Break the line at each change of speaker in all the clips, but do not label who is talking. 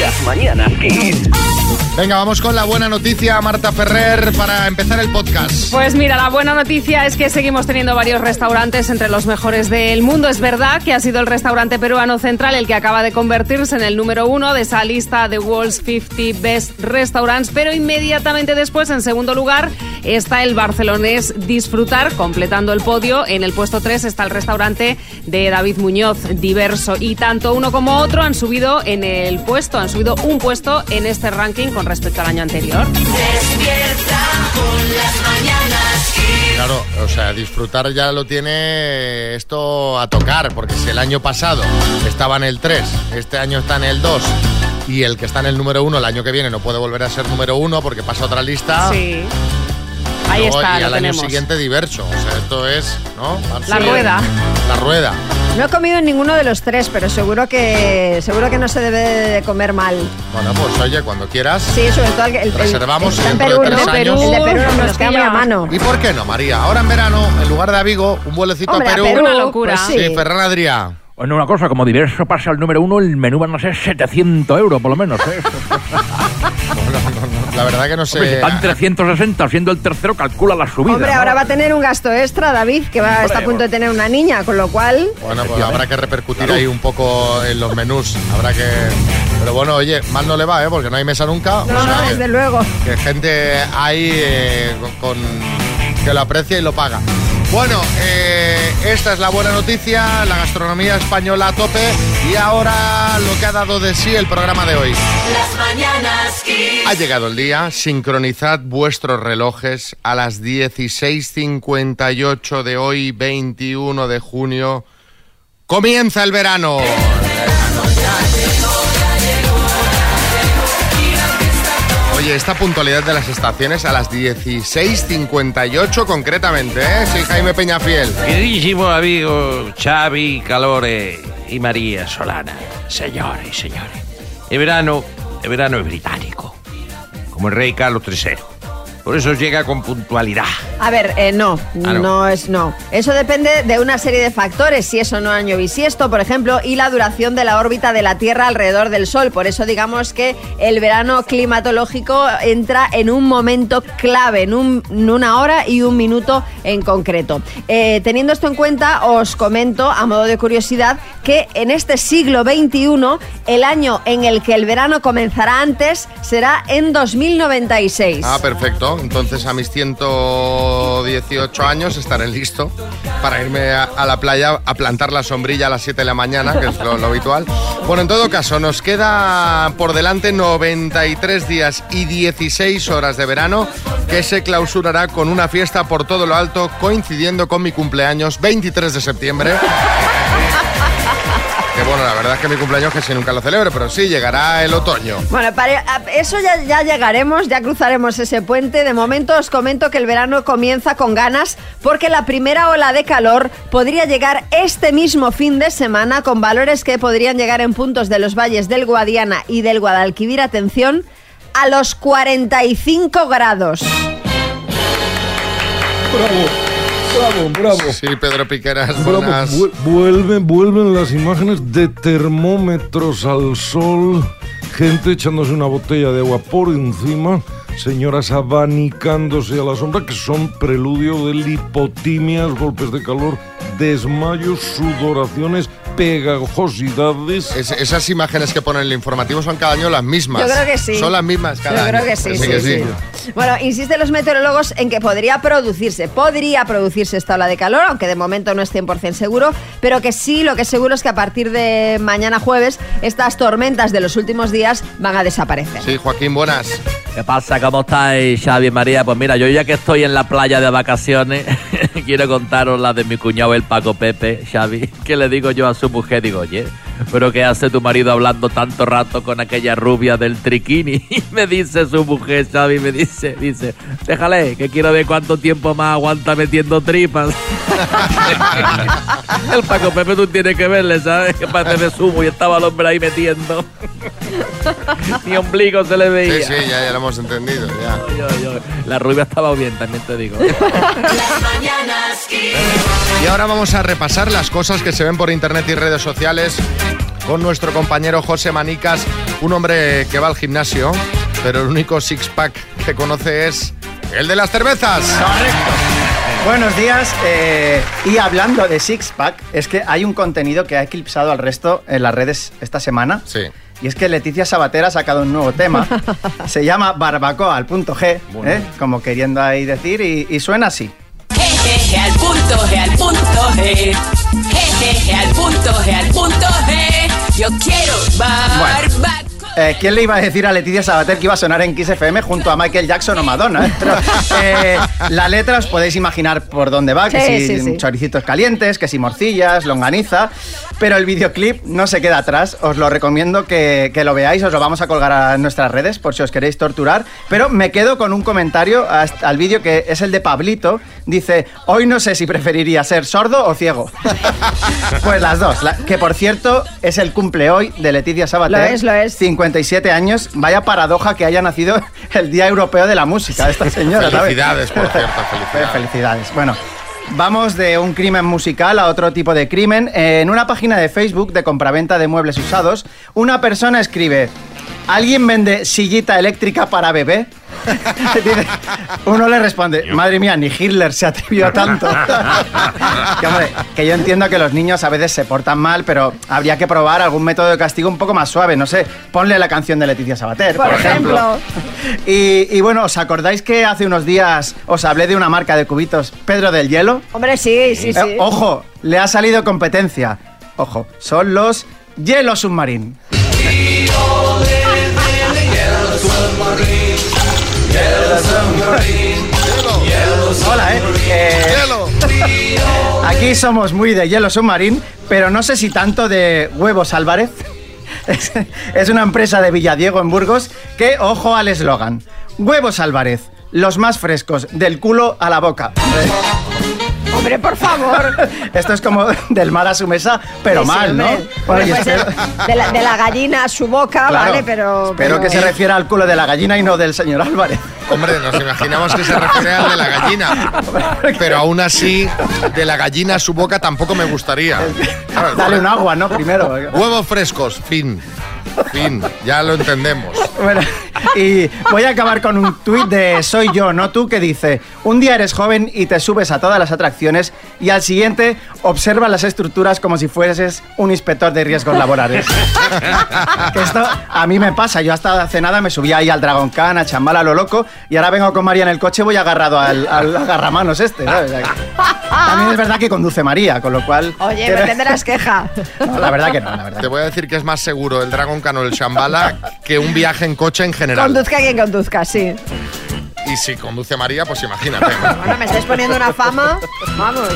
Las mañanas Kiss.
Venga, vamos con la buena noticia, Marta Ferrer, para empezar el podcast.
Pues mira, la buena noticia es que seguimos teniendo varios restaurantes entre los mejores del mundo. Es verdad que ha sido el restaurante peruano central el que acaba de convertirse en el número uno de esa lista de World's 50 Best Restaurants, pero inmediatamente después, en segundo lugar, está el barcelonés Disfrutar, completando el podio. En el puesto 3 está el restaurante de David Muñoz, diverso. Y tanto uno como otro han subido en el puesto, han subido un puesto en este ranking con respecto al año anterior.
Despierta con las mañanas Kiss.
Claro, o sea, disfrutar ya lo tiene esto a tocar, porque si el año pasado estaba en el 3, este año está en el 2, y el que está en el número 1 el año que viene no puede volver a ser número 1 porque pasa a otra lista.
Sí. Ahí
luego-
está,
y
lo
al año
tenemos.
siguiente diverso. O sea, esto es, ¿no?
La rueda.
La rueda.
No he comido en ninguno de los tres, pero seguro que seguro que no se debe de comer mal.
Bueno, pues oye, cuando quieras.
Sí, sobre todo el, el- el-
Reservamos
el que está en
dentro
Perú,
de tres
¿no?
años.
El de Perú no, nos
Costilla.
queda muy a mano.
¿Y por qué no, María? Ahora en verano, en lugar de a Vigo, un vuelecito
Hombre,
a Perú.
Una locura.
pues
Sí,
sí.
Ferran Adrián.
Bueno, una cosa, como diverso pasa al número uno, el menú van a ser 700 euros, por lo menos. ¿eh?
La verdad que no
Hombre, si
sé.
están 360, siendo el tercero, calcula la subida.
Hombre,
¿no?
ahora va a tener un gasto extra, David, que va, está a punto de tener una niña, con lo cual
Bueno, pues habrá que repercutir ahí un poco en los menús. Habrá que. Pero bueno, oye, mal no le va, ¿eh? Porque no hay mesa nunca.
no,
o sea
no, eh.
que-
desde luego.
que gente ahí eh, con, con- que lo aprecia y lo paga. Bueno, eh, esta es la buena noticia, la gastronomía española a tope y ahora lo que ha dado de sí el programa de hoy.
Las mañanas Kiss.
Ha llegado el día, sincronizad vuestros relojes a las 16.58 de hoy, 21 de junio. ¡Comienza el verano! Oye, esta puntualidad de las estaciones a las 16.58 concretamente, ¿eh? Sí, Jaime Peñafiel.
Queridísimo amigo Xavi Calore y María Solana, señores y señores, el verano, el verano es británico, como el rey Carlos III. Por eso llega con puntualidad.
A ver, eh, no,
Ah, no.
no es no. Eso depende de una serie de factores, si es o no año bisiesto, por ejemplo, y la duración de la órbita de la Tierra alrededor del Sol. Por eso digamos que el verano climatológico entra en un momento clave, en, un- en una hora y un minuto en concreto. Eh, teniendo esto en cuenta, os comento, a modo de curiosidad, que en este siglo XXI, el año en el que el verano comenzará antes será en 2096.
Ah, perfecto. Entonces a mis 118 años estaré listo para irme a, a la playa a plantar la sombrilla a las 7 de la mañana, que es lo, lo habitual. Bueno, en todo caso, nos queda por delante 93 días y 16 horas de verano que se clausurará con una fiesta por todo lo alto coincidiendo con mi cumpleaños 23 de septiembre. Que bueno, la verdad es que mi cumpleaños que si nunca lo celebro, pero sí, llegará el otoño.
Bueno, para, a- eso ya, ya llegaremos, ya cruzaremos ese puente. De momento os comento que el verano comienza con ganas porque la primera ola de calor podría llegar este mismo fin de semana con valores que podrían llegar en puntos de los valles del Guadiana y del Guadalquivir, atención, a los 45 grados.
Bravo, bravo.
Sí, Pedro Piqueras,
Bravo.
buenas.
Vuel- Vuelven, vuelven las imágenes de termómetros al sol, gente echándose una botella de agua por encima, señoras abanicándose a la sombra, que son preludio de lipotimias, golpes de calor, desmayos, sudoraciones, pegajosidades.
Es- esas imágenes que ponen en el informativo son cada año las mismas.
Yo creo que sí.
Son las mismas cada
Yo
año.
creo que sí,
Así
sí,
que
sí. Bueno, insisten los meteorólogos en que podría producirse, podría producirse esta ola de calor, aunque de momento no es 100% seguro, pero que sí, lo que es seguro es que a partir de mañana jueves estas tormentas de los últimos días van a desaparecer.
Sí, Joaquín, buenas.
¿Qué pasa? ¿Cómo estáis, Xavi y María? Pues mira, yo ya que estoy en la playa de vacaciones, quiero contaros la de mi cuñado el Paco Pepe, Xavi, que le digo yo a su mujer, digo, oye, ¿pero qué hace tu marido hablando tanto rato con aquella rubia del triquini? Y me dice su mujer, Xavi, me dice, dice, déjale, que quiero ver cuánto tiempo más aguanta metiendo tripas. el Paco Pepe tú tienes que verle, ¿sabes? Que parece de sumo y estaba el hombre ahí metiendo. Ni ombligo se le veía.
Sí, sí, ya, ya lo hemos entendido. Ya.
Yo, yo, La rubia estaba bien, también te digo.
Mañanas Kiss.
Y ahora vamos a repasar las cosas que se ven por internet y redes sociales con nuestro compañero José Manicas, un hombre que va al gimnasio, pero el único six-pack que conoce es el de las cervezas.
Buenos días. eh, y hablando de Six Pack, es que hay un contenido que ha eclipsado al resto en las redes esta semana.
Sí.
Y es que Leticia Sabatera ha sacado un nuevo tema. Se llama Barbacoa al punto G, ¿eh? como queriendo ahí decir, y, y suena así.
Jejeje al punto G, al punto G. Jejeje al punto G, al punto G. Yo quiero barbacoa.
Eh, ¿Quién le iba a decir a Leticia Sabater que iba a sonar en Kiss FM junto a Michael Jackson o Madonna? eh? Pero, eh, la letra os podéis imaginar por dónde va, que
Sí,
si
sí, sí.
choricitos calientes, que si morcillas, longaniza, pero el videoclip no se queda atrás. Os lo recomiendo que, que lo veáis, os lo vamos a colgar a nuestras redes por si os queréis torturar, pero me quedo con un comentario a- al vídeo que es el de Pablito. Dice, hoy no sé si preferiría ser sordo o ciego. pues las dos, la- que por cierto es el cumple hoy de Leticia Sabater.
Lo es, lo es.
57 años, vaya paradoja que haya nacido el Día Europeo de la Música, esta señora. ¿sabes?
Felicidades, por cierto,
Eh,
felicidades.
Felicidades. Bueno. Vamos de un crimen musical a otro tipo de crimen. Eh, En una página de Facebook de compraventa de muebles usados, una persona escribe: ¿Alguien vende sillita eléctrica para bebé? Dice- Uno le responde: Madre mía, ni Hitler se atrevió a tanto. que, hombre, que yo entiendo que los niños a veces se portan mal, pero habría que probar algún método de castigo un poco más suave. No sé, ponle la canción de Leticia Sabater, por,
Por ejemplo.
y, y bueno, ¿os acordáis que hace unos días os hablé de una marca de cubitos, Pedro del Hielo?
Hombre, sí, sí, sí.
Eh, ojo, le ha salido competencia. Ojo, son los Hielo Submarín. Hola, ¿eh? Eh,
¡Hielo!
Aquí somos muy de hielo submarín, pero no sé si tanto de huevos Álvarez. Es- Es una empresa de Villadiego en Burgos que, ojo al eslogan, huevos Álvarez, los más frescos, del culo a la boca.
Hombre, por favor.
Esto es como del mar a su mesa, pero
Sí, sí,
mal, ¿no?
hombre.
Bueno,
Hombre,
y
puede
espero-
ser de, la, de la gallina a su boca,
claro,
¿vale? Pero.
espero que se refiera al culo de la gallina y no del señor Álvarez.
Hombre, nos imaginamos que se refiere al de la gallina. Pero aún así, de la gallina a su boca tampoco me gustaría. Claro,
Dale un agua, ¿no? Primero.
Huevos frescos, fin. Fin, ya lo entendemos.
Bueno, y voy a acabar con un tuit de Soy yo, no tú, que dice, un día eres joven y te subes a todas las atracciones y al siguiente observa las estructuras como si fueses un inspector de riesgos laborales. Que esto a mí me pasa, yo hasta hace nada me subía ahí al Dragon Khan, a Chambala, a lo loco, y ahora vengo con María en el coche y voy agarrado al, al agarramanos este. ¿sabes? O sea, que- También es verdad que conduce María, con lo cual...
Oye, me tendrás queja.
No, la verdad que no, la verdad.
Te voy a decir que es más seguro el Dragon Khan o el Shambhala que un viaje en coche en general.
Conduzca quien conduzca, sí.
Y si conduce María, pues imagínate.
Bueno, me estáis poniendo una fama. Vamos.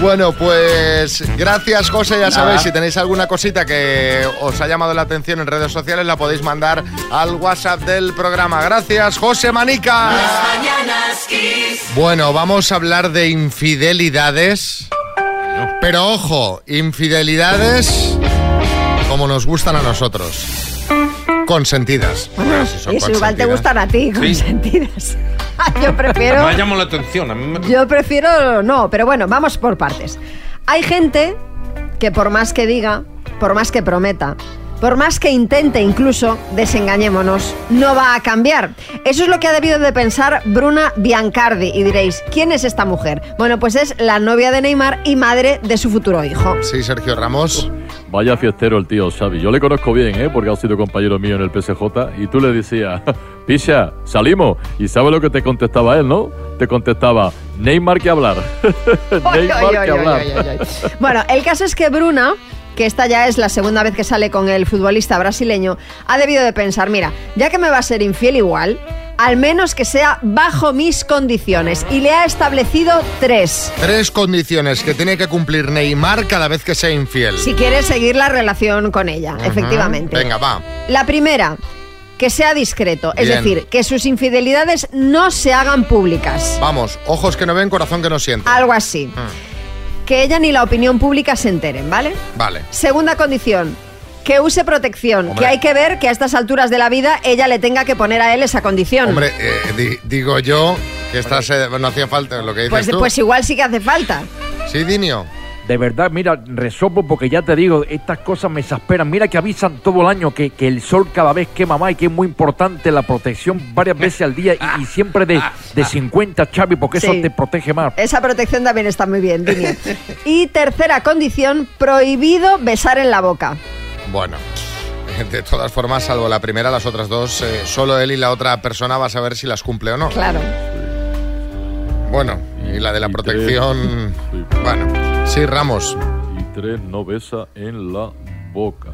Bueno, pues gracias José, ya sabéis,
Nada.
si tenéis alguna cosita que os ha llamado la atención en redes sociales, la podéis mandar al WhatsApp del programa. Gracias José Manica.
Mañanas Kiss.
Bueno, vamos a hablar de infidelidades. Pero ojo, infidelidades como nos gustan a nosotros. Consentidas. Bueno, si son
Y si igual te
consentidas.
gustan a ti, consentidas. Ah, Yo prefiero.
Me llamó la atención. A mí me...
Yo prefiero no, pero bueno, vamos por partes. Hay gente que por más que diga, por más que prometa, por más que intente incluso, desengañémonos, no va a cambiar. Eso es lo que ha debido de pensar Bruna Biancardi. Y diréis, ¿quién es esta mujer? Bueno, pues es la novia de Neymar y madre de su futuro hijo.
Sí, Sergio Ramos.
Vaya fiestero el tío Xavi. Yo le conozco bien, ¿eh? Porque ha sido compañero mío en el PSJ. Y tú le decías, Picha, salimos. Y ¿sabes lo que te contestaba él, no? Te contestaba, Neymar que hablar.
Oy,
Neymar
oy,
que
oy, oy,
hablar.
oy, oy, oy. Bueno, el caso es que Bruna, que esta ya es la segunda vez que sale con el futbolista brasileño, ha debido de pensar, mira, ya que me va a ser infiel igual, al menos que sea bajo mis condiciones. Y le ha establecido tres.
Tres condiciones que tiene que cumplir Neymar cada vez que sea infiel.
Si quiere seguir la relación con ella,
Ujú.
efectivamente.
Venga, va.
La primera, que sea discreto, es
Bien.
decir, que sus infidelidades no se hagan públicas.
Vamos, ojos que no ven, corazón que no siente. Mm,
Algo así. Que ella ni la opinión pública se enteren, ¿vale?
Vale.
Segunda condición, que use protección, que hay que ver que a estas alturas de la vida ella le tenga que poner a él esa condición.
Hombre, eh, di- digo yo que estás, eh, no hacía falta lo que dices
pues,
tú.
pues igual sí que hace falta.
Sí, Dinio.
De verdad, mira, resopo porque ya te digo, estas cosas me exasperan. Mira que avisan todo el año que, que el sol cada vez quema más y que es muy importante la protección varias veces al día y, y siempre de, de 50, Xavi, porque
Sí.
eso te protege más.
Esa protección también está muy bien, Dini. Y tercera condición, prohibido besar en la boca.
Bueno, de todas formas, salvo la primera, las otras dos, eh, solo él y la otra persona va a saber si las cumple o no.
Claro.
Bueno, y la de la protección. Bueno, sí, Ramos.
Y tres no besa en la boca.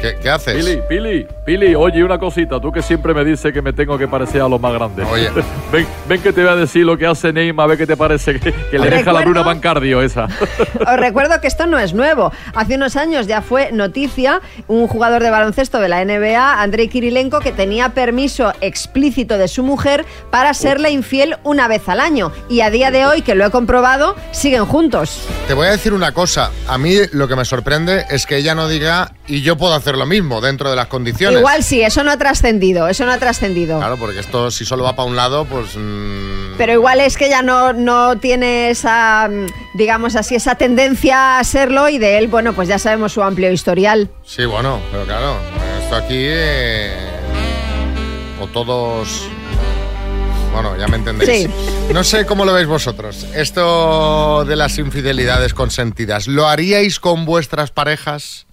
¿Qué, qué haces?
Pili, Pili, Pili, oye una cosita, tú que siempre me dices que me tengo que parecer a los más grandes.
Oye.
ven, ven que te voy a decir lo que hace Neymar, a ver qué te parece, que, que le deja la
Recuerdo-
bruna bancardio esa.
Os recuerdo que esto no es nuevo. Hace unos años ya fue noticia un jugador de baloncesto de la NBA, Andrei Kirilenko, que tenía permiso explícito de su mujer para serle infiel una vez al año. Y a día de hoy, que lo he comprobado, siguen juntos.
Te voy a decir una cosa. A mí lo que me sorprende es que ella no diga y yo puedo hacer lo mismo dentro de las condiciones.
Igual sí, eso no ha trascendido, eso no ha trascendido.
Claro, porque esto si solo va para un lado, pues mm,
Pero igual es que ya no, no tiene esa, mm, digamos así, esa tendencia a serlo y de él, bueno, pues ya sabemos su amplio historial.
sí, bueno, pero claro, esto aquí eh, o todos bueno, ya me entendéis.
Sí.
No sé cómo lo veis vosotros. Esto de las infidelidades consentidas, ¿lo haríais con vuestras parejas?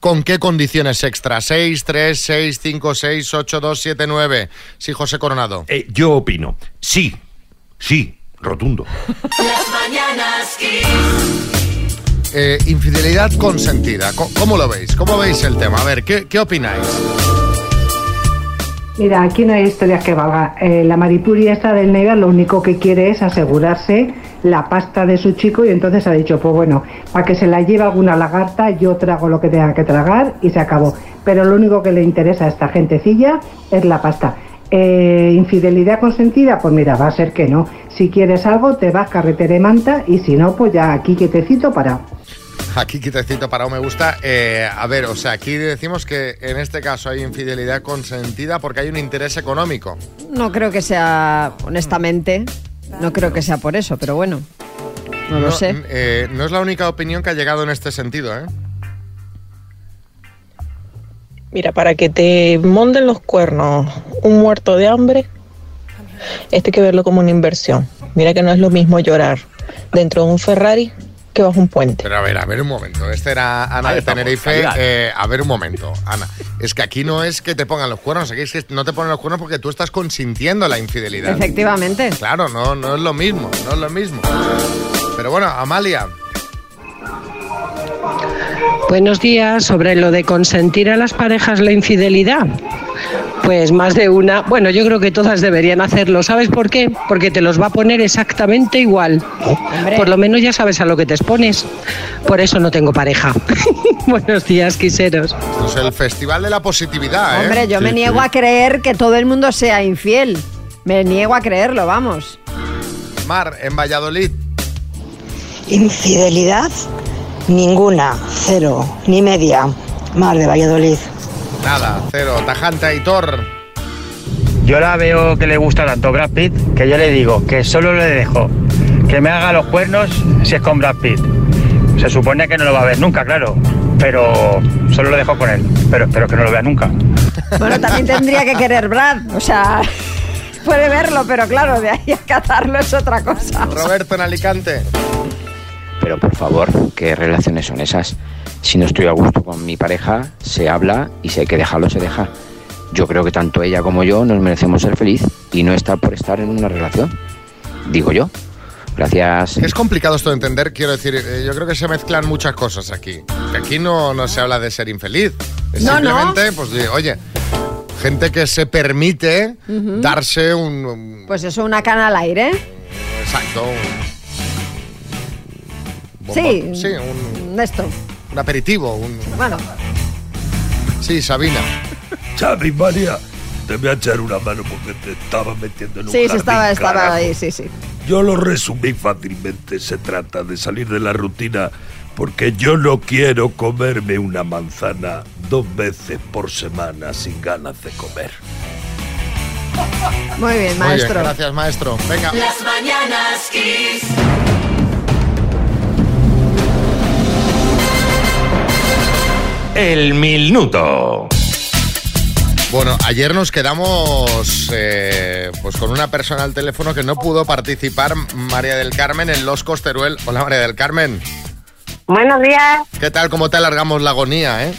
¿Con qué condiciones extra? 6, 3, 6, 5, 6, 8, 2, 7, 9. Sí, José Coronado.
Eh, yo opino, sí, sí, rotundo.
Las mañanas
Eh, infidelidad consentida. Co- ¿Cómo lo veis? ¿Cómo veis el tema? A ver, ¿qué, qué opináis?
Mira, aquí no hay historias que valga. Eh, la maripuri esta del Neiva lo único que quiere es asegurarse la pasta de su chico y entonces ha dicho, pues bueno, para que se la lleve alguna lagarta, yo trago lo que tenga que tragar y se acabó. Pero lo único que le interesa a esta gentecilla es la pasta. Eh, ¿Infidelidad consentida? Pues mira, va a ser que no. Si quieres algo, te vas carretera y manta y si no, pues ya aquí quietecito para.
Aquí quitecito para un me gusta. Eh, a ver, o sea, aquí decimos que en este caso hay infidelidad consentida porque hay un interés económico.
No creo que sea, honestamente, no creo que sea por eso, pero bueno. No lo sé.
eh, no es la única opinión que ha llegado en este sentido, ¿eh?
Mira, para que te monden los cuernos un muerto de hambre, este hay que verlo como una inversión. Mira que no es lo mismo llorar dentro de un Ferrari que bajo un puente.
Pero a ver, a ver un momento. Este era Ana
Ahí
de
estamos,
Tenerife.
calidad.
Eh, a ver un momento, Ana. Es que aquí no es que te pongan los cuernos, aquí es que no te ponen los cuernos porque tú estás consintiendo la infidelidad.
Efectivamente.
Claro, no, no es lo mismo, no es lo mismo. Pero bueno, Amalia,
Buenos días. Sobre lo de consentir a las parejas la infidelidad. Pues más de una. Bueno, yo creo que todas deberían hacerlo. ¿Sabes por qué? Porque te los va a poner exactamente igual. Por lo menos ya sabes a lo que te expones. Por eso no tengo pareja. Buenos días, quiseros.
esto es Pues el Festival de la Positividad, ¿eh?
Hombre, yo me niego a creer que todo el mundo sea infiel. Me niego a creerlo, vamos.
Mar, en Valladolid.
Infidelidad, ninguna, cero, ni media. Mar de Valladolid.
Nada, cero. Tajante, Aitor.
Yo la veo que le gusta tanto Brad Pitt que yo le digo que solo le dejo que me haga los cuernos si es con Brad Pitt. Se supone que no lo va a ver nunca, claro, pero solo lo dejo con él. Pero espero que no lo vea nunca.
Bueno, también tendría que querer Brad, o sea, puede verlo, pero claro, de ahí a cazarlo es otra cosa.
Roberto en Alicante.
Pero por favor, ¿qué relaciones son esas? Si no estoy a gusto con mi pareja, se habla y si hay que dejarlo, se deja. Yo creo que tanto ella como yo nos merecemos ser feliz y no estar por estar en una relación. Digo yo. Gracias.
Es complicado esto de entender, quiero decir, eh, yo creo que se mezclan muchas cosas aquí. Que aquí no, no se habla de ser infeliz. Es
No, no.
simplemente, pues, de, oye, gente que se permite
Ujú.
darse un, un-
Pues eso, una cana al aire.
Exacto. un- un
Sí.
bombo- Sí, un,
De esto.
un aperitivo. un-
Bueno,
sí, Sabina.
Xavi, María, te voy a echar una mano porque te estaba metiendo en un
sí, sí,
jardín,
estaba, estaba
carajo.
ahí, sí, sí.
Yo lo resumí fácilmente. Se trata de salir de la rutina porque yo no quiero comerme una manzana dos veces por semana sin ganas de comer.
Muy bien,
Muy bien,
maestro.
gracias, maestro. Venga.
Las mañanas Kiss.
El minuto.
Bueno, ayer nos quedamos eh, pues con una persona al teléfono que no pudo participar, María del Carmen, en Los Costeruel. Hola, María del Carmen.
Buenos días.
¿Qué tal? ¿Cómo te alargamos la agonía, eh?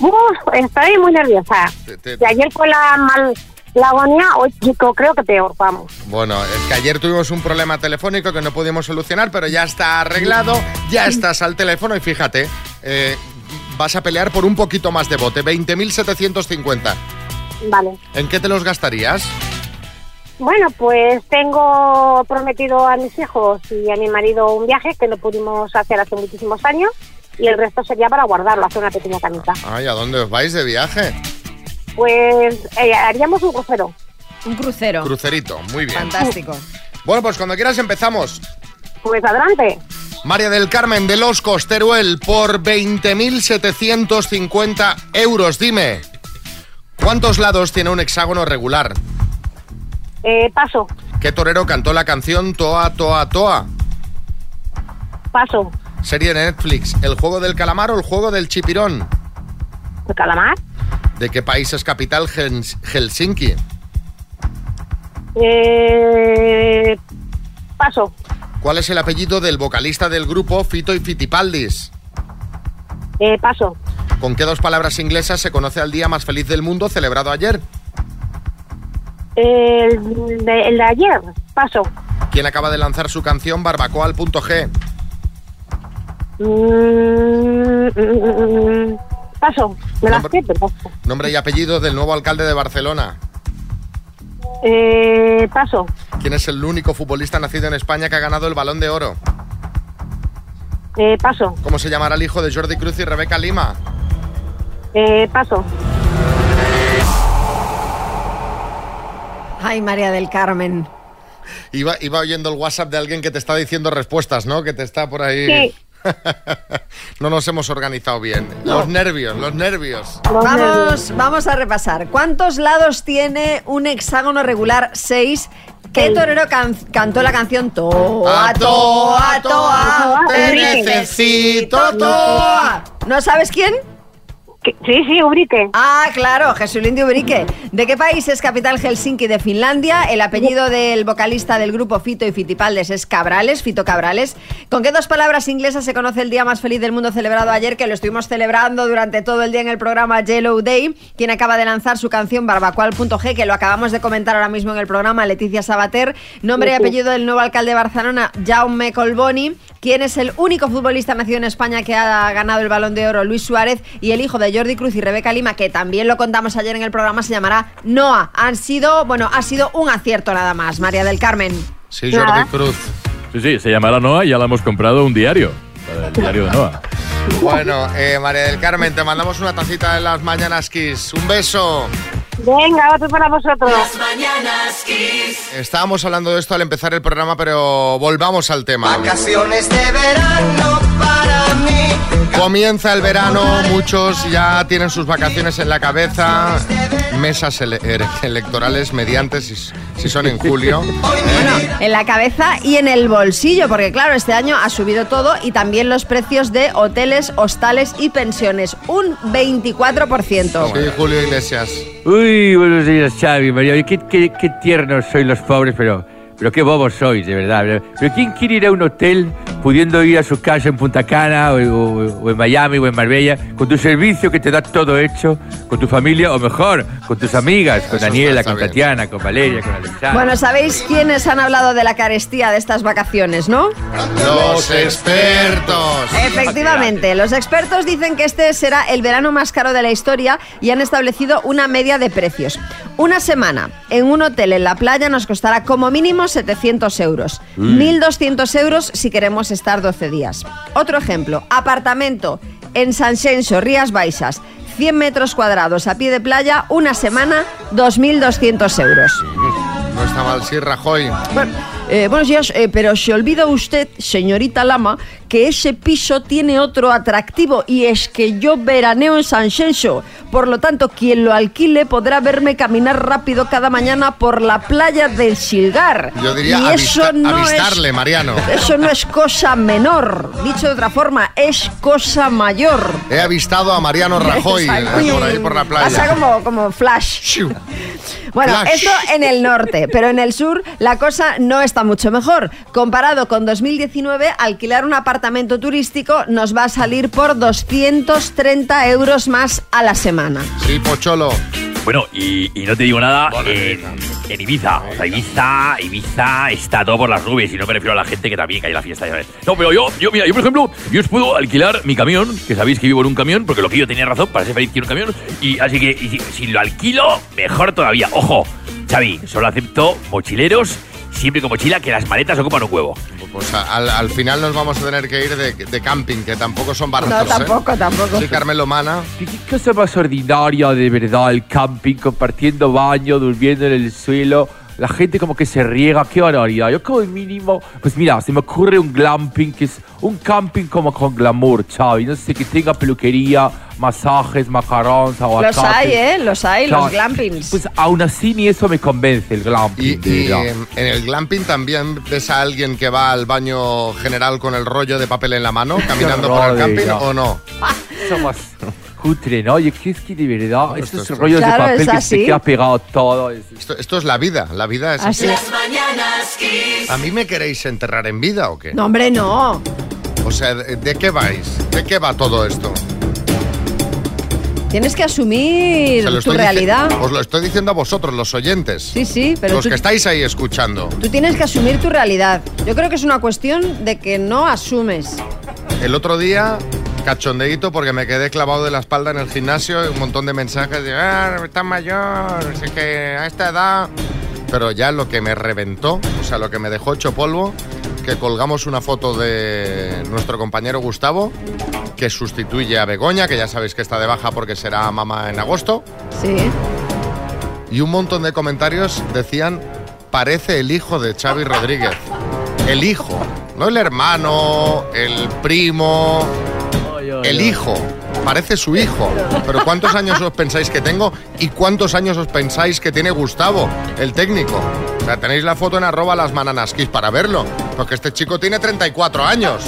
Uf, estoy muy nerviosa. Y ayer fue la, mal, la agonía, hoy chico, creo que peor, vamos.
Bueno, es que ayer tuvimos un problema telefónico que no pudimos solucionar, pero ya está arreglado, ya estás al teléfono y fíjate, eh, vas a pelear por un poquito más de bote, 20.750.
Vale.
¿En qué te los gastarías?
Bueno, pues tengo prometido a mis hijos y a mi marido un viaje que no pudimos hacer hace muchísimos años y el resto sería para guardarlo, hacer una pequeña camita.
Ay, ¿a dónde os vais de viaje?
Pues eh, haríamos un crucero.
Un crucero.
Crucerito, muy bien.
Fantástico.
Bueno, pues cuando quieras empezamos.
Pues adelante.
María del Carmen de Los Costeruel por 20.750 euros. Dime, ¿cuántos lados tiene un hexágono regular?
Eh, paso,
¿Qué torero cantó la canción Toa, Toa, Toa?
paso.
Serie de Netflix, ¿El juego del calamar o el juego del chipirón?
¿El calamar?
¿De qué país es capital Hels- Helsinki?
Eh, paso.
¿Cuál es el apellido del vocalista del grupo Fito y Fitipaldis?
Eh, paso.
¿Con qué dos palabras inglesas se conoce al día más feliz del mundo celebrado ayer?
El de, el de ayer, paso.
¿Quién acaba de lanzar su canción Barbacoa al punto G?
Mm, mm, mm, mm, paso. Me las sé, pero paso.
Nombre y apellido del nuevo alcalde de Barcelona.
Eh, paso.
¿Quién es el único futbolista nacido en España que ha ganado el Balón de Oro?
Eh, paso.
¿Cómo se llamará el hijo de Jordi Cruz y Rebeca Lima?
Eh, paso.
Ay, María del Carmen.
Iba, iba oyendo el WhatsApp de alguien que te está diciendo respuestas, ¿no? Que te está por ahí...
Sí.
no nos hemos organizado bien. Los nervios, los nervios.
Vamos, vamos a repasar. ¿Cuántos lados tiene un hexágono regular 6? ¿Qué torero can- cantó la canción Toa, Toa, Toa?
Te
necesito,
Toa.
¿No sabes quién?
Sí, sí, Ubrique.
Ah, claro, Jesulín de Ubrique. ¿De qué país es capital Helsinki de Finlandia? El apellido del vocalista del grupo Fito y Fitipaldes es Cabrales, Fito Cabrales. ¿Con qué dos palabras inglesas se conoce el día más feliz del mundo celebrado ayer? Que lo estuvimos celebrando durante todo el día en el programa Yellow Day. Quien acaba de lanzar su canción Barbacual.g, que lo acabamos de comentar ahora mismo en el programa, Leticia Sabater. Nombre y
Ujú.
apellido del nuevo alcalde de Barcelona, Jaume Colboni. Quien es el único futbolista nacido en España que ha ganado el balón de oro, Luis Suárez. Y el hijo de Jordi Cruz y Rebeca Lima, que también lo contamos ayer en el programa, se llamará Noah. Han sido, bueno, ha sido un acierto nada más, María del Carmen.
Sí,
Jordi Nada.
Cruz.
Sí, sí, se llamará Noa y ya la hemos comprado un diario. para El diario de Noa.
Bueno, eh, María del Carmen, te mandamos una tacita de las mañanas Kiss. Un beso.
Venga, otro para vosotros.
Las mañanas Kiss.
Estábamos hablando de esto al empezar el programa, pero volvamos al tema.
Vacaciones de verano para mí.
Comienza el verano, muchos ya tienen sus vacaciones en la cabeza, mesas ele- ele- electorales mediantes si, s- si son en julio.
En la cabeza y en el bolsillo, porque claro, este año ha subido todo y también los precios de hoteles, hostales y pensiones, un 24%.
Sí, Julio Iglesias.
Uy, buenos días, Xavi, María. Oye, Qué, qué, qué tiernos sois los pobres, pero, pero qué bobos sois, de verdad. Pero- Pero ¿quién quiere ir a un hotel pudiendo ir a su casa en Punta Cana o, o- o en Miami o en Marbella con tu servicio que te da todo hecho, con tu familia o mejor, con tus amigas, con Daniela, con Tatiana, con Valeria, con Alexandra?
Bueno, ¿sabéis quiénes han hablado de la carestía de estas vacaciones, no?
Los expertos.
Efectivamente, los expertos dicen que este será el verano más caro de la historia y han establecido una media de precios. Una semana en un hotel en la playa nos costará como mínimo 700 euros,
Mm.
1.200 euros si queremos estar 12 días. Otro ejemplo, apartamento en San Xenxo, Rías Baixas, 100 metros cuadrados a pie de playa, una semana, 2.200 euros.
No está mal, sí, Rajoy.
Eh, buenos días, eh, pero se olvida usted, señorita Lama, que ese piso tiene otro atractivo y es que yo veraneo en San Xenxo. Por lo tanto, quien lo alquile podrá verme caminar rápido cada mañana por la playa del Silgar.
Yo diría
y eso
avista-
no es-
avistarle, Mariano.
eso no es cosa menor. Dicho de otra forma, es cosa mayor.
He avistado a Mariano Rajoy eh, por ahí por la playa.
Pasa como, como flash. Bueno,
Flash.
esto en el norte, pero en el sur la cosa no está mucho mejor. Comparado con 2019, alquilar un apartamento turístico nos va a salir por 230 euros más a la semana.
Sí, Pocholo.
Bueno, y, y no te digo nada en, en Ibiza. O sea, Ibiza, Ibiza está todo por las nubes. Y no me refiero a la gente que también cae en la fiesta, ya ves. No, pero yo, yo, mira, yo por ejemplo, yo os puedo alquilar mi camión, que sabéis que vivo en un camión, porque lo que yo tenía razón, para ser feliz quiero un camión. Y así que y si, si lo alquilo, mejor todavía. Ojo, Xavi, solo acepto mochileros, siempre con mochila, que las maletas ocupan un huevo.
Pues a- al, al final nos vamos a tener que ir de, de camping, que tampoco son baratos.
No,
¿eh?
tampoco, tampoco.
Sí, Carmelo Mana.
cosa más ordinaria de verdad el camping, compartiendo baño, durmiendo en el suelo. La gente como que se riega, qué barbaridad. Yo como mínimo, pues mira, se me ocurre un glamping que es un camping como con glamour, Chavi. No sé, que tenga peluquería, masajes, macarons,
Oh,
aguacates.
Los hay, ¿eh? Los hay, los
Claro.
glampings.
Pues aún así ni eso me convence el glamping. de
Y
verdad.
eh, en el glamping también ves a alguien que va al baño general con el rollo de papel en la mano, caminando por el
horror,
camping,
diga.
¿o no?
Somos cutre, ¿no? Yo creo que de verdad, estos
esto es-
rollos
Claro,
de
es
papel que
así.
se queda pegado todo. es-
Esto, esto es la vida, la vida es así.
mañanas
¿A mí me queréis enterrar en vida o qué?
No, hombre, no.
O sea, ¿de, de qué vais? ¿De qué va todo esto?
Tienes que
Se
asumir
lo
tu
estoy dici-
realidad.
Os lo estoy diciendo a vosotros, los oyentes.
Sí, sí, pero
los
tú-
que estáis ahí escuchando.
Tú tienes que asumir tu realidad. Yo creo que es una cuestión de que no asumes.
El otro día, cachondeíto, porque me quedé clavado de la espalda en el gimnasio, y un montón de mensajes de, ah, estás mayor, es que a esta edad... Pero ya lo que me reventó, o sea, lo que me dejó hecho polvo, que colgamos una foto de nuestro compañero Gustavo, que sustituye a Begoña, que ya sabéis que está de baja porque será mamá en agosto.
Sí.
Y un montón de comentarios decían, parece el hijo de Xavi Rodríguez. El hijo, no el hermano, el primo, el hijo. Parece su hijo. Pero ¿cuántos años os pensáis que tengo y cuántos años os pensáis que tiene Gustavo, el técnico? O sea, tenéis la foto en arroba las mananaskis para verlo. Porque este chico tiene 34 años.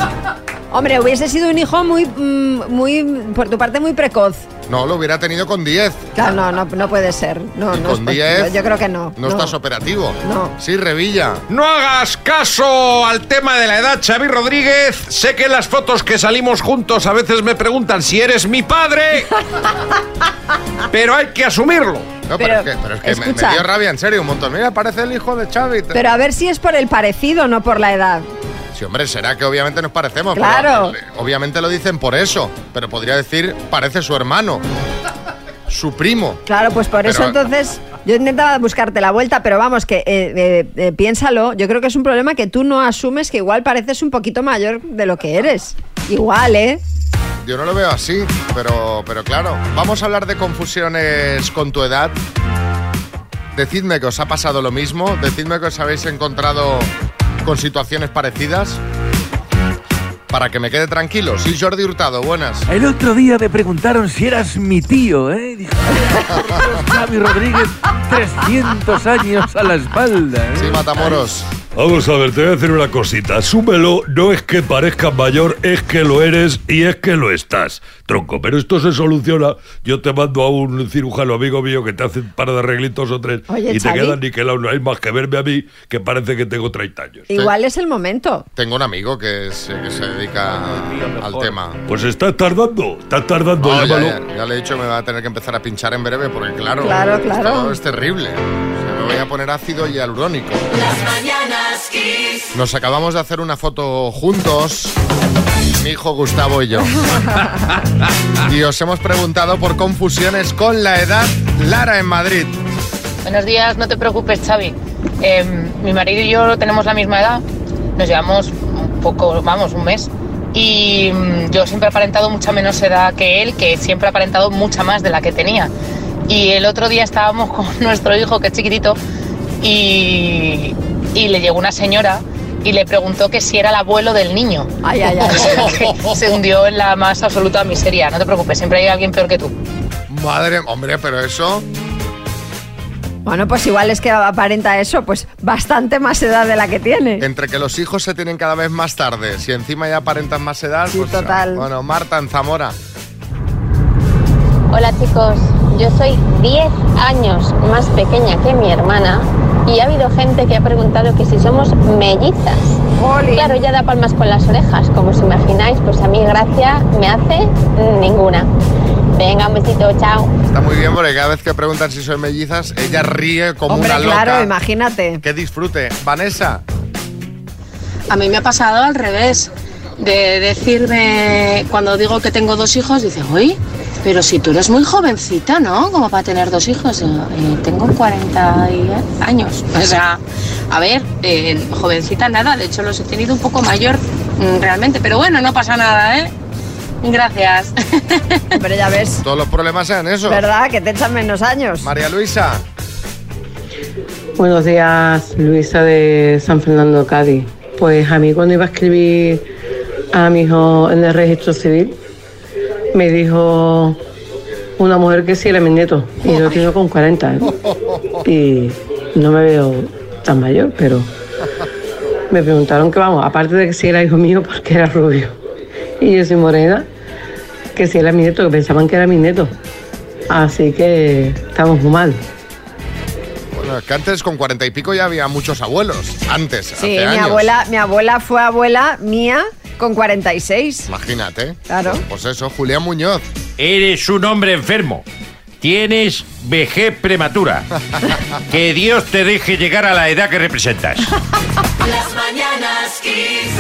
Hombre, hubiese sido un hijo muy, mm, muy, por tu parte, muy precoz.
No, lo hubiera tenido con 10.
Claro, no, no, no puede ser. No, no es
Con
posible.
10.
Yo creo que no.
No, estás operativo.
No.
Sí, Revilla.
No hagas caso al tema de la edad, Xavi Rodríguez. Sé que en las fotos que salimos juntos a veces me preguntan si eres mi padre. Pero hay que asumirlo.
No, pero, es que, pero es que me- me,
escucha.
dio rabia, en serio, un montón. Mira, parece el hijo de Xavi.
Pero a ver si es por el parecido, no por la edad.
Sí, hombre, será que obviamente nos parecemos. pero,
Claro.
eh, obviamente lo dicen por eso, pero podría decir, parece su hermano, su primo.
Claro, pues por eso
Pero-
entonces yo intentaba buscarte la vuelta, pero vamos, que eh, eh, eh, piénsalo. Yo creo que es un problema que tú no asumes que igual pareces un poquito mayor de lo que eres. Igual, ¿eh?
Yo no lo veo así, pero, pero claro. Vamos a hablar de confusiones con tu edad. Decidme que os ha pasado lo mismo. Decidme que os habéis encontrado con situaciones parecidas. Para que me quede tranquilo. Sí, Jordi Hurtado, buenas.
El otro día me preguntaron si eras mi tío, ¿eh? Dije, Xavi Rodríguez, 300 años a la
¿eh?
espalda.
Sí, Matamoros.
Vamos a ver, te voy a decir una cosita. Súmelo, no es que parezcas mayor, es que lo eres y es que lo estás, tronco. Pero esto se soluciona. Yo te mando a un cirujano amigo mío que te hace un par de arreglitos o tres
Oye,
y
Xavi.
te quedan niquelado. No hay más que verme a mí que parece que tengo 30 años.
Igual es el momento.
Tengo un amigo que se, que se dedica al tema.
Pues estás tardando, estás tardando,
No, Oh, ya,
llámalo.
ya- ya le he dicho me va a tener que empezar a pinchar en breve porque claro,
Claro, claro.
esto es terrible. O sea, me voy a poner ácido hialurónico.
Mañanas Kiss.
Nos acabamos de hacer una foto juntos, mi hijo Gustavo y yo. y os hemos preguntado por confusiones con la edad Lara en Madrid.
Buenos días, no te preocupes, Xavi. Eh, mi marido y yo tenemos la misma edad, nos llevamos un poco, vamos, un mes. Y mm, yo siempre he aparentado mucha menos edad que él, que siempre ha aparentado mucha más de la que tenía. Y el otro día estábamos con nuestro hijo, que es chiquitito, y, y le llegó una señora y le preguntó que si era el abuelo del niño.
Ay, ay, ay.
O sea, que se hundió en la más absoluta miseria. No te preocupes, siempre hay alguien peor que tú.
Madre, hombre, pero eso.
Bueno, pues igual es que aparenta eso, pues bastante más edad de la que tiene.
Entre que los hijos se tienen cada vez más tarde, si encima ya aparentan más edad, pues.
total.
Bueno, Marta en Zamora.
Hola chicos, yo soy 10 años más pequeña que mi hermana y ha habido gente que ha preguntado que si somos mellizas. Claro, ya da palmas con las orejas, como os imagináis, pues a mí gracia me hace ninguna. Venga, un besito, chao.
Está muy bien porque cada vez que preguntan si son mellizas, ella ríe como
Hombre,
una loca.
claro, imagínate.
Que disfrute. Vanessa.
A mí me ha pasado al revés, de decirme, cuando digo que tengo dos hijos, dice, uy, pero si tú eres muy jovencita, ¿no? Como para tener dos hijos. Digo, "Eh, tengo 40 y- años. O sea, a ver, eh, jovencita nada, de hecho los he tenido un poco mayor mm, realmente, pero bueno, no pasa nada, ¿eh? Gracias.
Pero ya ves.
Todos los problemas sean eso.
¿Verdad? Que te echan menos años.
María Luisa.
Buenos días, Luisa de San Fernando, Cádiz. Pues a mí cuando iba a escribir a mi hijo en el registro civil, me dijo una mujer que sí era mi nieto y yo tengo con 40. ¿eh? Y no me veo tan mayor, pero me preguntaron que vamos, aparte de que si era hijo mío porque era rubio y yo soy morena, que si era mi nieto, que pensaban que era mi nieto. Así que estamos muy mal.
Bueno, es que antes con cuarenta y pico ya había muchos abuelos. Antes,
Sí,
hace
mi
años.
abuela, mi abuela fue abuela mía con 46.
Imagínate.
Claro.
Pues eso, Julián Muñoz.
Eres un hombre enfermo. Tienes vejez prematura. que Dios te deje llegar a la edad que representas.
Las mañanas Kiss.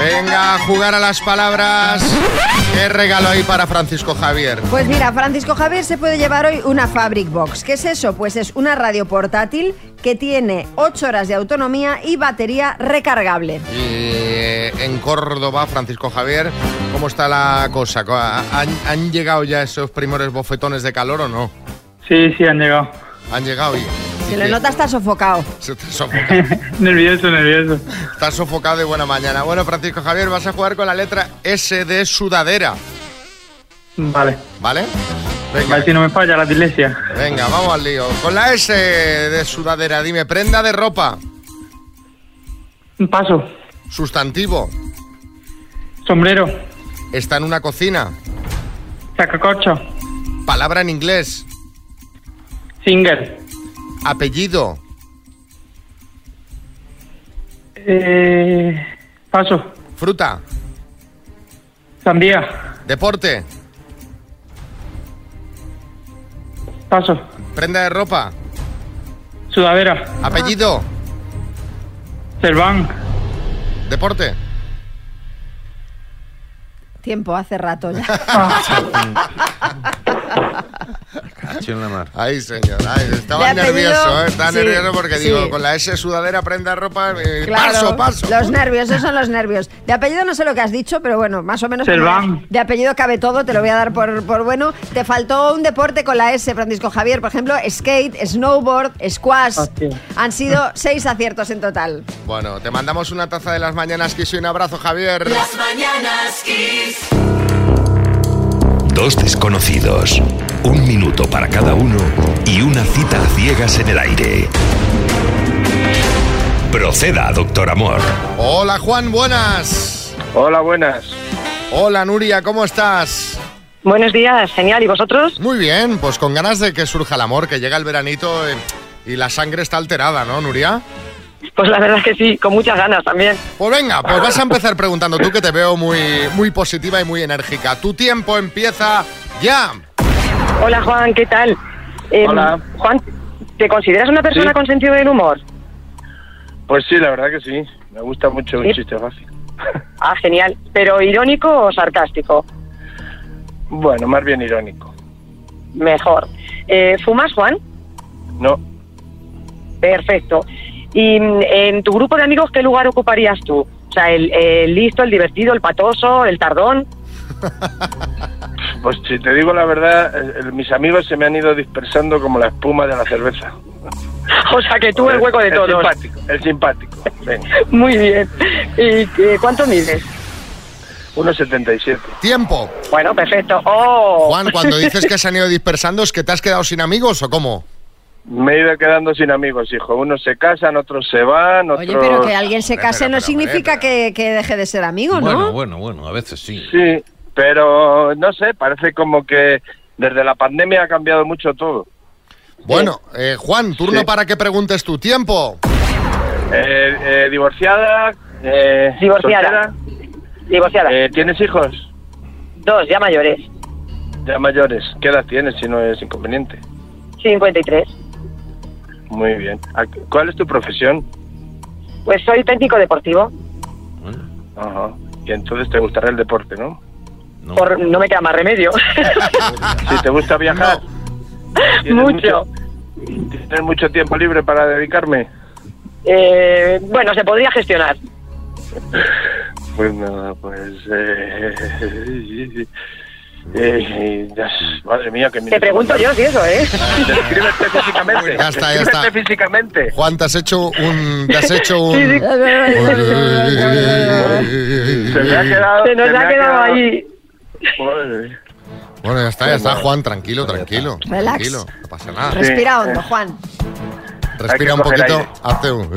Venga a jugar a las palabras. ¿Qué regalo hay para Francisco Javier?
Pues mira, Francisco Javier se puede llevar hoy una Fabric Box. ¿Qué es eso? Pues es una radio portátil que tiene 8 horas de autonomía y batería recargable.
Y eh, en Córdoba, Francisco Javier, ¿cómo está la cosa? Co- ¿Han, han llegado ya esos primeros bofetones de calor o no?
Sí, sí, han llegado.
Han llegado y...
Se lo nota, está sofocado.
Se te sofoca.
nervioso, nervioso.
Estás sofocado de buena mañana. Bueno, Francisco Javier, vas a jugar con la letra S de sudadera,
Vale.
¿vale?
A ver si no me falla la dislexia.
Venga, vamos al lío. Con la S de sudadera, dime, prenda de ropa.
Un paso.
Sustantivo.
Sombrero.
Está en una cocina.
Sacacorcho.
Palabra en inglés.
Singer.
Apellido.
Eh, paso.
Fruta.
Sandía.
Deporte.
Paso.
Prenda de ropa.
Sudadera.
Apellido.
Serván.
Deporte.
Tiempo, hace rato ya.
Ay, señor. Ay, estaba
Le ha pedido-
nervioso, ¿eh? estaba
sí,
nervioso porque
sí.
digo, con la S sudadera, prenda de ropa, eh, paso, paso.
Los nervios, esos son los nervios. De apellido no sé lo que has dicho, pero bueno, más o menos.
Serván.
como De apellido cabe todo, te lo voy a dar por, por bueno. Te faltó un deporte con la S, Francisco Javier, por ejemplo, skate, snowboard, squash.
Hostia.
Han sido seis aciertos en total.
Bueno, te mandamos una taza de las mañanas, Kiss y un abrazo, Javier.
Las mañanas Kiss.
Dos desconocidos, un minuto para cada uno y una cita a ciegas en el aire. Proceda, doctor Amor.
Hola, Juan, buenas.
Hola, buenas.
Hola, Nuria, ¿cómo estás?
Buenos días, genial. ¿Y vosotros?
Muy bien, pues con ganas de que surja el amor, que llega el veranito eh, y la sangre está alterada, ¿no, Nuria?
Pues la verdad es que sí, con muchas ganas también.
Pues venga, pues vas a empezar preguntando tú que te veo muy, muy positiva y muy enérgica. Tu tiempo empieza ya.
Hola, Juan, ¿qué tal? Eh,
Hola.
Juan, ¿te consideras una persona
Sí.
con sentido del humor?
Pues sí, la verdad que sí. Me gusta mucho un
Sí.
chiste fácil.
Ah, genial. ¿Pero irónico o sarcástico?
Bueno, más bien irónico.
Mejor. Eh, ¿Fumas, Juan?
No,
Perfecto. ¿Y mm, en tu grupo de amigos qué lugar ocuparías tú? O sea, el, el listo, el divertido, el patoso, el tardón.
pues si te digo la verdad, eh, eh, mis amigos se me han ido dispersando como la espuma de la cerveza.
O sea que tú el hueco de todos.
simpático, el simpático. Venga.
Muy bien. ¿Y qué- cuánto mides?
1,77.
Tiempo.
Bueno, perfecto. Oh.
Juan, cuando dices que se han ido dispersando, ¿es que te has quedado sin amigos o cómo?
Me he ido quedando sin amigos, hijo. Unos se casan, otros se van, otros...
Oye, pero que alguien se case no significa que, que deje de ser amigo, ¿no?
bueno, bueno, a veces sí. Sí, pero no sé, parece como que desde la pandemia ha cambiado mucho todo.
Bueno, eh, Juan, turno para que preguntes tu tiempo.
Eh, eh, divorciada, eh,
Divorciada.
soltera.
Divorciada.
Eh, ¿Tienes hijos?
Dos, ya mayores.
Ya mayores. ¿Qué edad tienes si no es inconveniente?
53.
Muy bien. ¿A- ¿Cuál es tu profesión?
Pues soy técnico deportivo.
Ajá. Y entonces te gustará el deporte, ¿no?
No, Por, no me queda más remedio.
Si te gusta viajar. ¿Tienes
Mucho.
¿Tienes mucho tiempo libre para dedicarme?
Eh, bueno, se podría gestionar.
Pues nada, pues... eh, eh, ya, madre mía, que...
Te pregunto yo si eso, ¿eh?
Descríbete físicamente.
Ya está, ya está.
Descríbete físicamente.
Juan, te has hecho un. Te has hecho un.
Se me ha quedado...
Se nos
me
ha quedado ahí.
Joder.
Bueno, ya está, ya está, Juan, tranquilo, tranquilo.
Relax.
Tranquilo, no pasa
Ah.
nada.
Respira hondo, Juan.
Respira
Hay
un
que coger
poquito,
aire.
hazte un.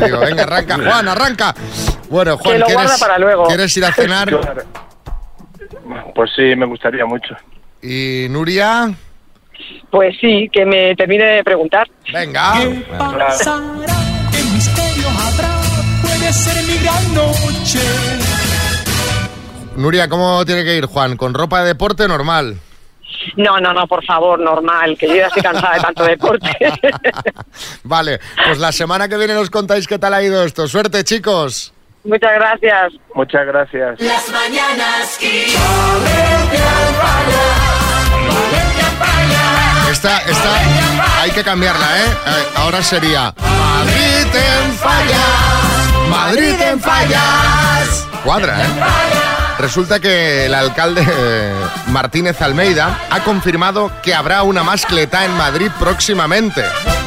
Digo, venga, arranca, Juan, arranca. Bueno, Juan,
Que lo
¿quieres,
guarda para luego.
¿quieres ir a cenar?
Pues sí, me gustaría mucho.
¿Y Nuria?
Pues sí, que me termine de preguntar.
Venga.
Pasará, qué misterios habrá, puede ser mi gran noche.
Nuria, ¿cómo tiene que ir, Juan? ¿Con ropa de deporte normal?
No, no, no, por favor, normal, que yo ya estoy cansada de tanto deporte.
Vale, pues la semana que viene nos contáis qué tal ha ido esto. Suerte, chicos.
Muchas gracias.
Muchas gracias.
Las mañanas y Valencia Paya, Valencia Paya.
Esta, esta, hay que cambiarla, ¿eh? Eh, Ahora sería Madrid en fallas, Madrid en fallas. Cuadra, ¿eh? Resulta que el alcalde eh, Martínez Almeida ha confirmado que habrá una mascleta en Madrid próximamente.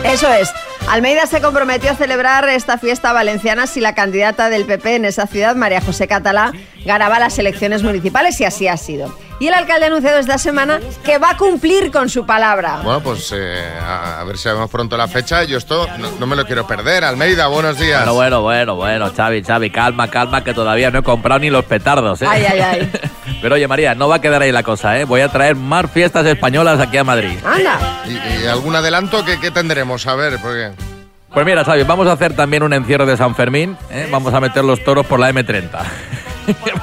Eso es. Almeida se comprometió a celebrar esta fiesta valenciana si la candidata del PP en esa ciudad, María José Catalá, ganaba las elecciones municipales y así ha sido. Y el alcalde ha anunciado esta semana que va a cumplir con su palabra.
Bueno, pues eh, a, a ver si sabemos pronto la fecha. Yo esto no, no me lo quiero perder. Almeida, buenos días.
Bueno, bueno, bueno, bueno, Xavi, Xavi, calma, calma, que todavía no he comprado ni los petardos, ¿eh?
Ay, ay, ay.
Pero oye, María, no va a quedar ahí la cosa, ¿eh? Voy a traer más fiestas españolas aquí a Madrid.
Anda.
¿Y, y algún adelanto que, que tendremos? A ver, porque...
Pues mira, Xavi, vamos a hacer también un encierro de San Fermín, ¿eh? Vamos a meter los toros por la M30.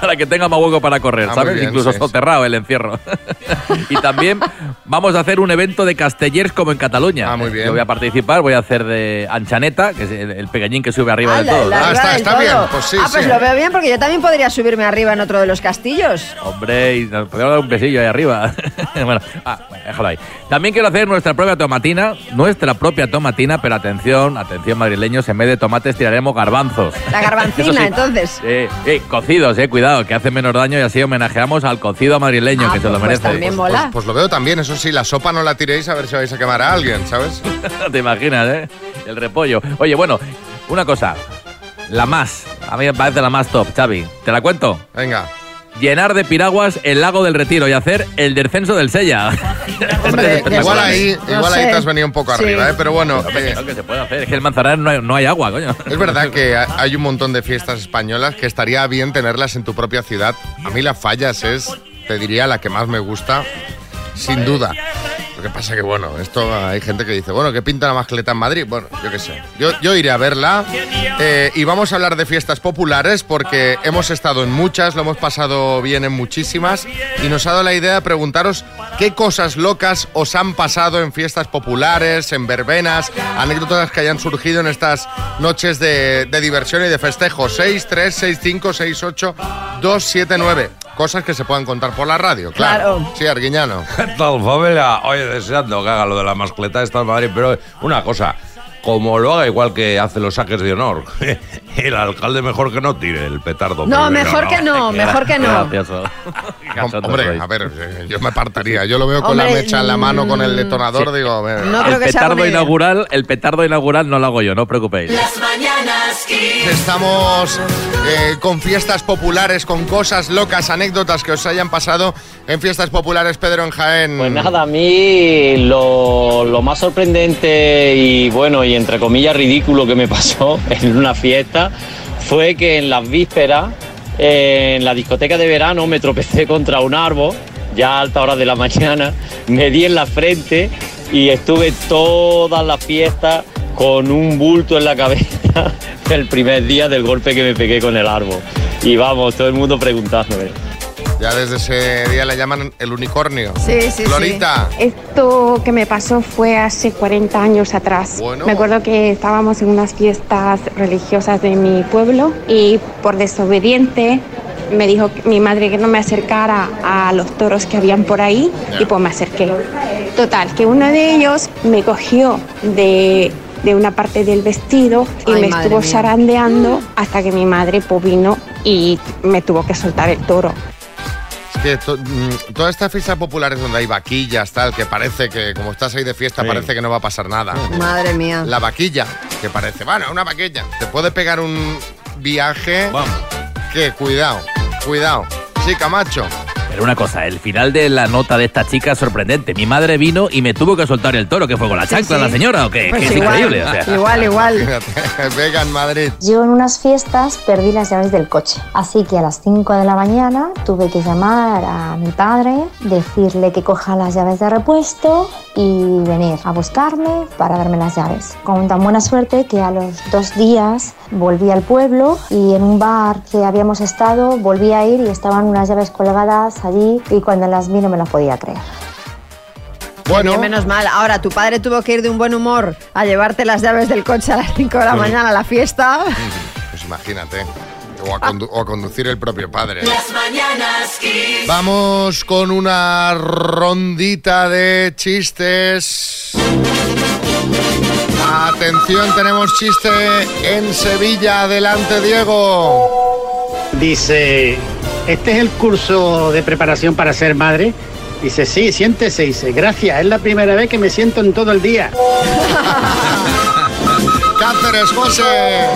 para que tenga más hueco para correr,
Ah,
¿sabes?
muy bien,
Incluso
sí,
soterrado el encierro. y también vamos a hacer un evento de castellers como en Cataluña. Ah, muy bien. Yo voy a participar, voy a hacer de anchaneta, que es el, el pequeñín que sube arriba de
Ala,
todo.
la arriba del todo. Ah, pues lo veo bien porque yo también podría subirme arriba en otro de los castillos.
Hombre, y nos podemos dar un besillo ahí arriba. bueno, ah, bueno, déjalo ahí. También quiero hacer nuestra propia tomatina, nuestra propia tomatina, pero atención, atención madrileños, en vez de tomates tiraremos garbanzos.
La garbancina,
Eso sí.
entonces.
Eh, eh, cocidos, eh, cuidado, que hace menos daño y así homenajeamos al cocido madrileño, que se lo merece.
Pues, pues lo veo también, eso sí, la sopa no la tiréis a ver si vais a quemar a alguien, ¿sabes?
Te imaginas, ¿eh? El repollo. Oye, bueno, una cosa. La más. A mí me parece la más top, Xavi. ¿Te la cuento?
Venga.
Llenar de piraguas el lago del Retiro y hacer el descenso del Sella. pues,
igual ahí,
No
igual ahí
sé.
te has venido un poco
Sí.
arriba, ¿eh? Pero bueno.
Hombre, que no, que se puede hacer. Es que el manzanar no hay, no hay agua, coño.
Es verdad que ha- hay un montón de fiestas españolas que estaría bien tenerlas en tu propia ciudad. A mí las fallas es, te diría, la que más me gusta, sin duda. Lo que pasa que, bueno, esto hay gente que dice, bueno, ¿qué pinta la mascleta en Madrid? Bueno, yo qué sé. Yo, yo iré a verla. Eh, y vamos a hablar de fiestas populares porque hemos estado en muchas, lo hemos pasado bien en muchísimas. Y nos ha dado la idea de preguntaros qué cosas locas os han pasado en fiestas populares, en verbenas, anécdotas que hayan surgido en estas noches de, de diversión y de festejo. 6, 3, 6, 5, 6, 8, 2, 7, 9. Cosas que se puedan contar por la radio, claro. Sí, Arguiñano.
¿Qué tal, familia? Oye, deseando que haga lo de la mascleta esta en Madrid, pero una cosa, Como lo haga igual que hace los saques de honor. El alcalde mejor que no tire el petardo.
No,
primero,
mejor que no, mejor que no.
gracioso.
Hombre, a ver, eh, yo me apartaría. Yo lo veo con la
Hombre,
mecha en la mano, con
mm,
el detonador,
Sí.
digo, a ver.
No
el petardo inaugural, el petardo inaugural no lo hago yo, no os preocupéis.
Las mañanas Kiss.
Estamos eh, con fiestas populares, con cosas locas, anécdotas que os hayan pasado en fiestas populares, Pedro en Jaén.
Pues nada, a mí lo, lo más sorprendente y bueno, y entre comillas ridículo que me pasó en una fiesta fue que en las vísperas, eh, en la discoteca de verano, me tropecé contra un árbol, ya a alta hora de la mañana, me di en la frente y estuve todas las fiestas con un bulto en la cabeza el primer día del golpe que me pegué con el árbol. Y vamos, todo el mundo preguntándome.
Ya desde ese día le llaman el unicornio.
Sí, sí,
Florita.
Esto que me pasó fue hace 40 años atrás.
Bueno.
Me acuerdo que estábamos en unas fiestas religiosas de mi pueblo y por desobediente me dijo que- mi madre que no me acercara a los toros que habían por ahí y pues me acerqué. Total, que uno de ellos me cogió de, de una parte del vestido y
Ay,
me
madre
estuvo
mía.
zarandeando hasta que mi madre pues, vino y me tuvo que soltar el toro.
Es que to- mm, todas estas fiestas populares donde hay vaquillas, tal, que parece que como estás ahí de fiesta parece que no va a pasar nada.
Pues-
Madre mía.
La vaquilla, que parece, bueno, una vaquilla. Te puede pegar un viaje. Vamos. Que cuidado, cuidado. Sí, Camacho.
Pero una cosa, el final de la nota de esta chica es sorprendente. Mi madre vino y me tuvo que soltar el toro, que fue con la
Sí,
chancla
sí.
la señora o qué,
Pues
que es
igual,
increíble. o sea.
igual.
Venga, en Madrid.
Yo en unas fiestas perdí las llaves del coche, así que a las 5 de la mañana tuve que llamar a mi padre, decirle que coja las llaves de repuesto y venir a buscarme para darme las llaves. Con tan buena suerte que a los dos días volví al pueblo y en un bar que habíamos estado volví a ir y estaban unas llaves colgadas allí y cuando las vi no me las podía creer.
Bien, menos mal. Ahora, tu padre tuvo que ir de un buen humor a llevarte las llaves del coche a las 5 de la
Sí.
mañana a la fiesta.
Pues imagínate. O a, condu- o a conducir el propio padre.
Las mañanas Kiss.
Vamos con una rondita de chistes. Atención, tenemos chiste en Sevilla. Adelante, Diego.
Dice, este es el curso de preparación para ser madre. Dice, sí, siéntese. Dice, gracias, es la primera vez que me siento en todo el día.
Cáceres, José.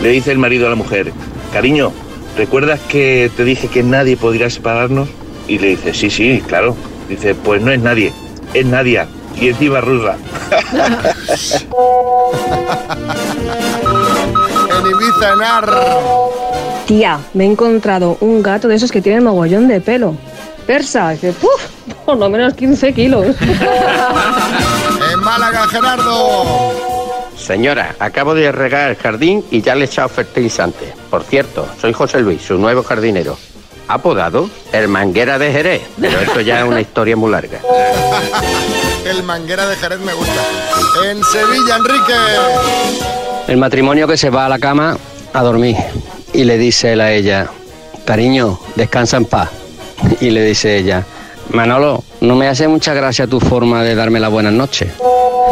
Le dice el marido a la mujer, cariño, ¿recuerdas que te dije que nadie podría separarnos? Y le dice, sí, sí, claro. Dice, pues no es nadie, es Nadia. Y encima rusa.
En Ibiza, en
Tía, me he encontrado un gato de esos que tienen mogollón de pelo. Persa, dice, ¡puf! Por lo menos 15 kilos.
En Málaga, Gerardo.
Señora, acabo de regar el jardín y ya le he echado fertilizante. Por cierto, soy José Luis, su nuevo jardinero. Apodado el manguera de Jerez, pero esto ya es una historia muy larga.
El manguera de Jerez me gusta. En Sevilla, Enrique.
El matrimonio que se va a la cama a dormir y le dice él a ella, cariño, descansa en paz. Y le dice ella, Manolo, no me hace mucha gracia tu forma de darme las buenas noches.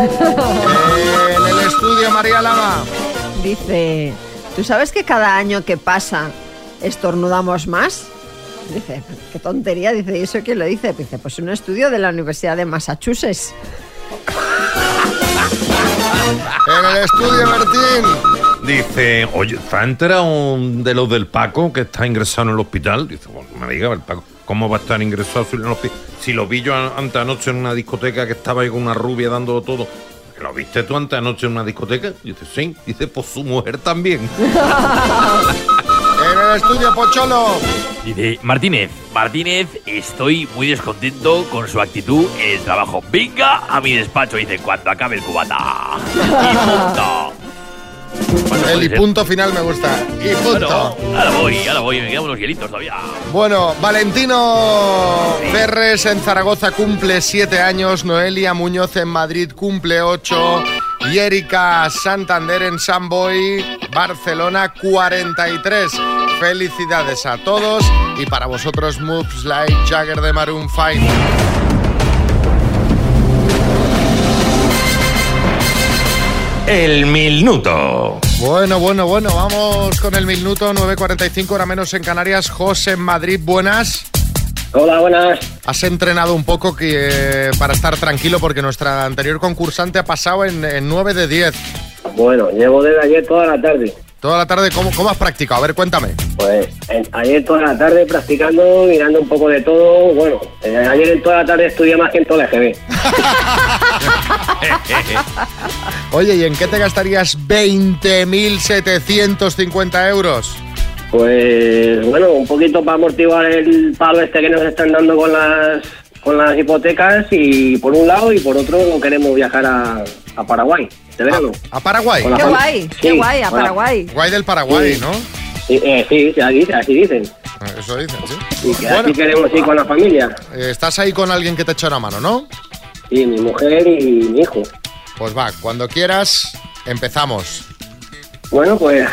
En el estudio, María Lama.
Dice, ¿tú sabes que cada año que pasa estornudamos más? Dice, qué tontería, dice, ¿y eso quién lo dice? Dice, pues un estudio de la Universidad de Massachusetts.
En el estudio, Bertín.
Dice, oye, ¿está enterado un de los del Paco que está ingresado en el hospital? Dice, bueno, me diga, el Paco, ¿cómo va a estar ingresado si, no- si lo vi yo an- antes anoche en una discoteca que estaba ahí con una rubia dándolo todo? ¿Que ¿Lo viste tú antes anoche en una discoteca? Dice, sí. Dice, pues su mujer también.
En el estudio, Pocholo.
Dice Martínez, Martínez, estoy muy descontento con su actitud en el trabajo. Venga a mi despacho, dice, cuando acabe el
Ah.
cubata. Y punto.
El y punto final me gusta. Y punto.
Ahora voy, ahora voy, me quedan unos hielitos todavía.
Bueno, Valentino Ferres en Zaragoza cumple 7 años, Noelia Muñoz en Madrid cumple 8 y Erika Santander en San Boy, Barcelona 43. Felicidades a todos y para vosotros Moves Like Jagger de Maroon 5.
El minuto.
Bueno, bueno, bueno, vamos con el minuto 9.45, hora menos en Canarias. José en Madrid, buenas.
Hola, buenas.
Has entrenado un poco que, eh, para estar tranquilo porque nuestra anterior concursante ha pasado en, en 9 de 10.
Bueno, llevo desde ayer toda la tarde.
Toda la tarde, ¿cómo, cómo has practicado? A ver, cuéntame.
Pues en- ayer toda la tarde practicando, mirando un poco de todo. Bueno, eh, ayer en toda la tarde estudié más que en toda la EGB.
Oye, ¿y en qué te gastarías 20.750 euros?
Pues bueno, un poquito para amortiguar el palo este que nos están dando con las con las hipotecas y por un lado y por otro queremos viajar a, a Paraguay de verano.
¿A Paraguay?
Qué guay, qué guay, a Paraguay.
Guay del Paraguay, ¿no? Ah,
Sí, eh, sí, así, así dicen.
Eso dicen, sí.
Y que así queremos ir con la familia.
Eh, Estás ahí con alguien que te echa una mano, ¿no?
Sí, mi mujer y mi hijo.
Pues va, cuando quieras, empezamos.
Bueno, pues,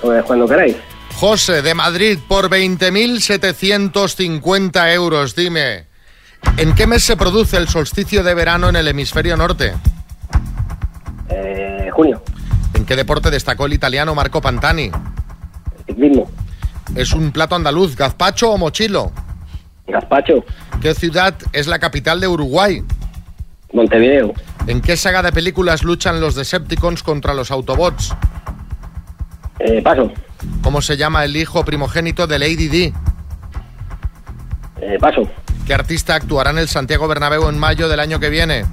pues cuando queráis.
José de Madrid, por 20.750 euros, dime, ¿en qué mes se produce el solsticio de verano en el hemisferio norte?
Eh, junio.
¿En qué deporte destacó el italiano Marco Pantani?
Ciclismo.
¿Es un plato andaluz, gazpacho o mochilo?
Gazpacho.
¿Qué ciudad es la capital de Uruguay?
Montevideo.
¿En qué saga de películas luchan los Decepticons contra los Autobots?
Eh, paso.
¿Cómo se llama el hijo primogénito de Lady D?
Eh, paso.
¿Qué artista actuará en el Santiago Bernabéu en mayo del año que viene?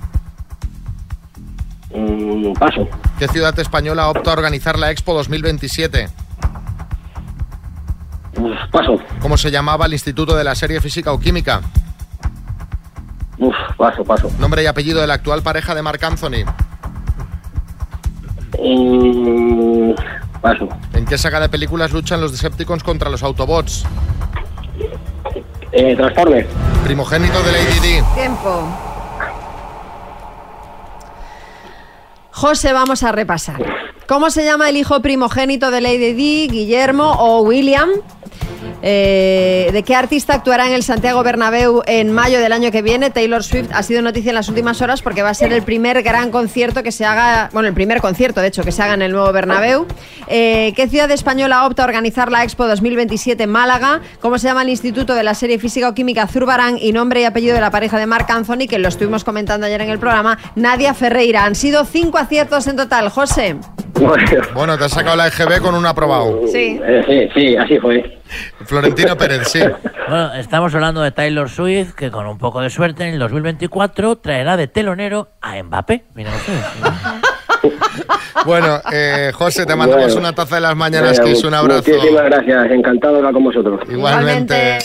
Mm, paso.
¿Qué ciudad española opta a organizar la Expo 2027?
Uf, paso.
¿Cómo se llamaba el Instituto de la Serie Física o Química?
Uf, paso, paso.
Nombre y apellido de la actual pareja de Marc Anthony.
Mm, paso.
¿En qué saga de películas luchan los Decepticons contra los Autobots?
Eh, Transformers.
Primogénito de Lady D.
Tiempo. José, vamos a repasar. ¿Cómo se llama el hijo primogénito de Lady Di, Guillermo o William? Eh, ¿De qué artista actuará en el Santiago Bernabéu en mayo del año que viene? Taylor Swift ha sido noticia en las últimas horas porque va a ser el primer gran concierto que se haga, bueno, el primer concierto, de hecho, que se haga en el nuevo Bernabéu. Eh, ¿Qué ciudad española opta a organizar la Expo 2027 en Málaga? ¿Cómo se llama el Instituto de la Serie Física o Química Zurbarán y nombre y apellido de la pareja de Marc Anthony, que lo estuvimos comentando ayer en el programa? Nadia Ferreira. Han sido cinco aciertos en total, José.
Bueno, te has sacado la EGB con un aprobado.
Sí.
Eh, sí, sí, así fue.
Florentino Pérez, sí.
Bueno, estamos hablando de Taylor Swift, que con un poco de suerte en el 2024 traerá de telonero a Mbappé. Mira ustedes.
Bueno, eh, José, te mandamos
Bueno.
una taza de las mañanas,
Bueno,
que es un abrazo.
Muchísimas gracias. Encantado de hablar con vosotros.
Igualmente.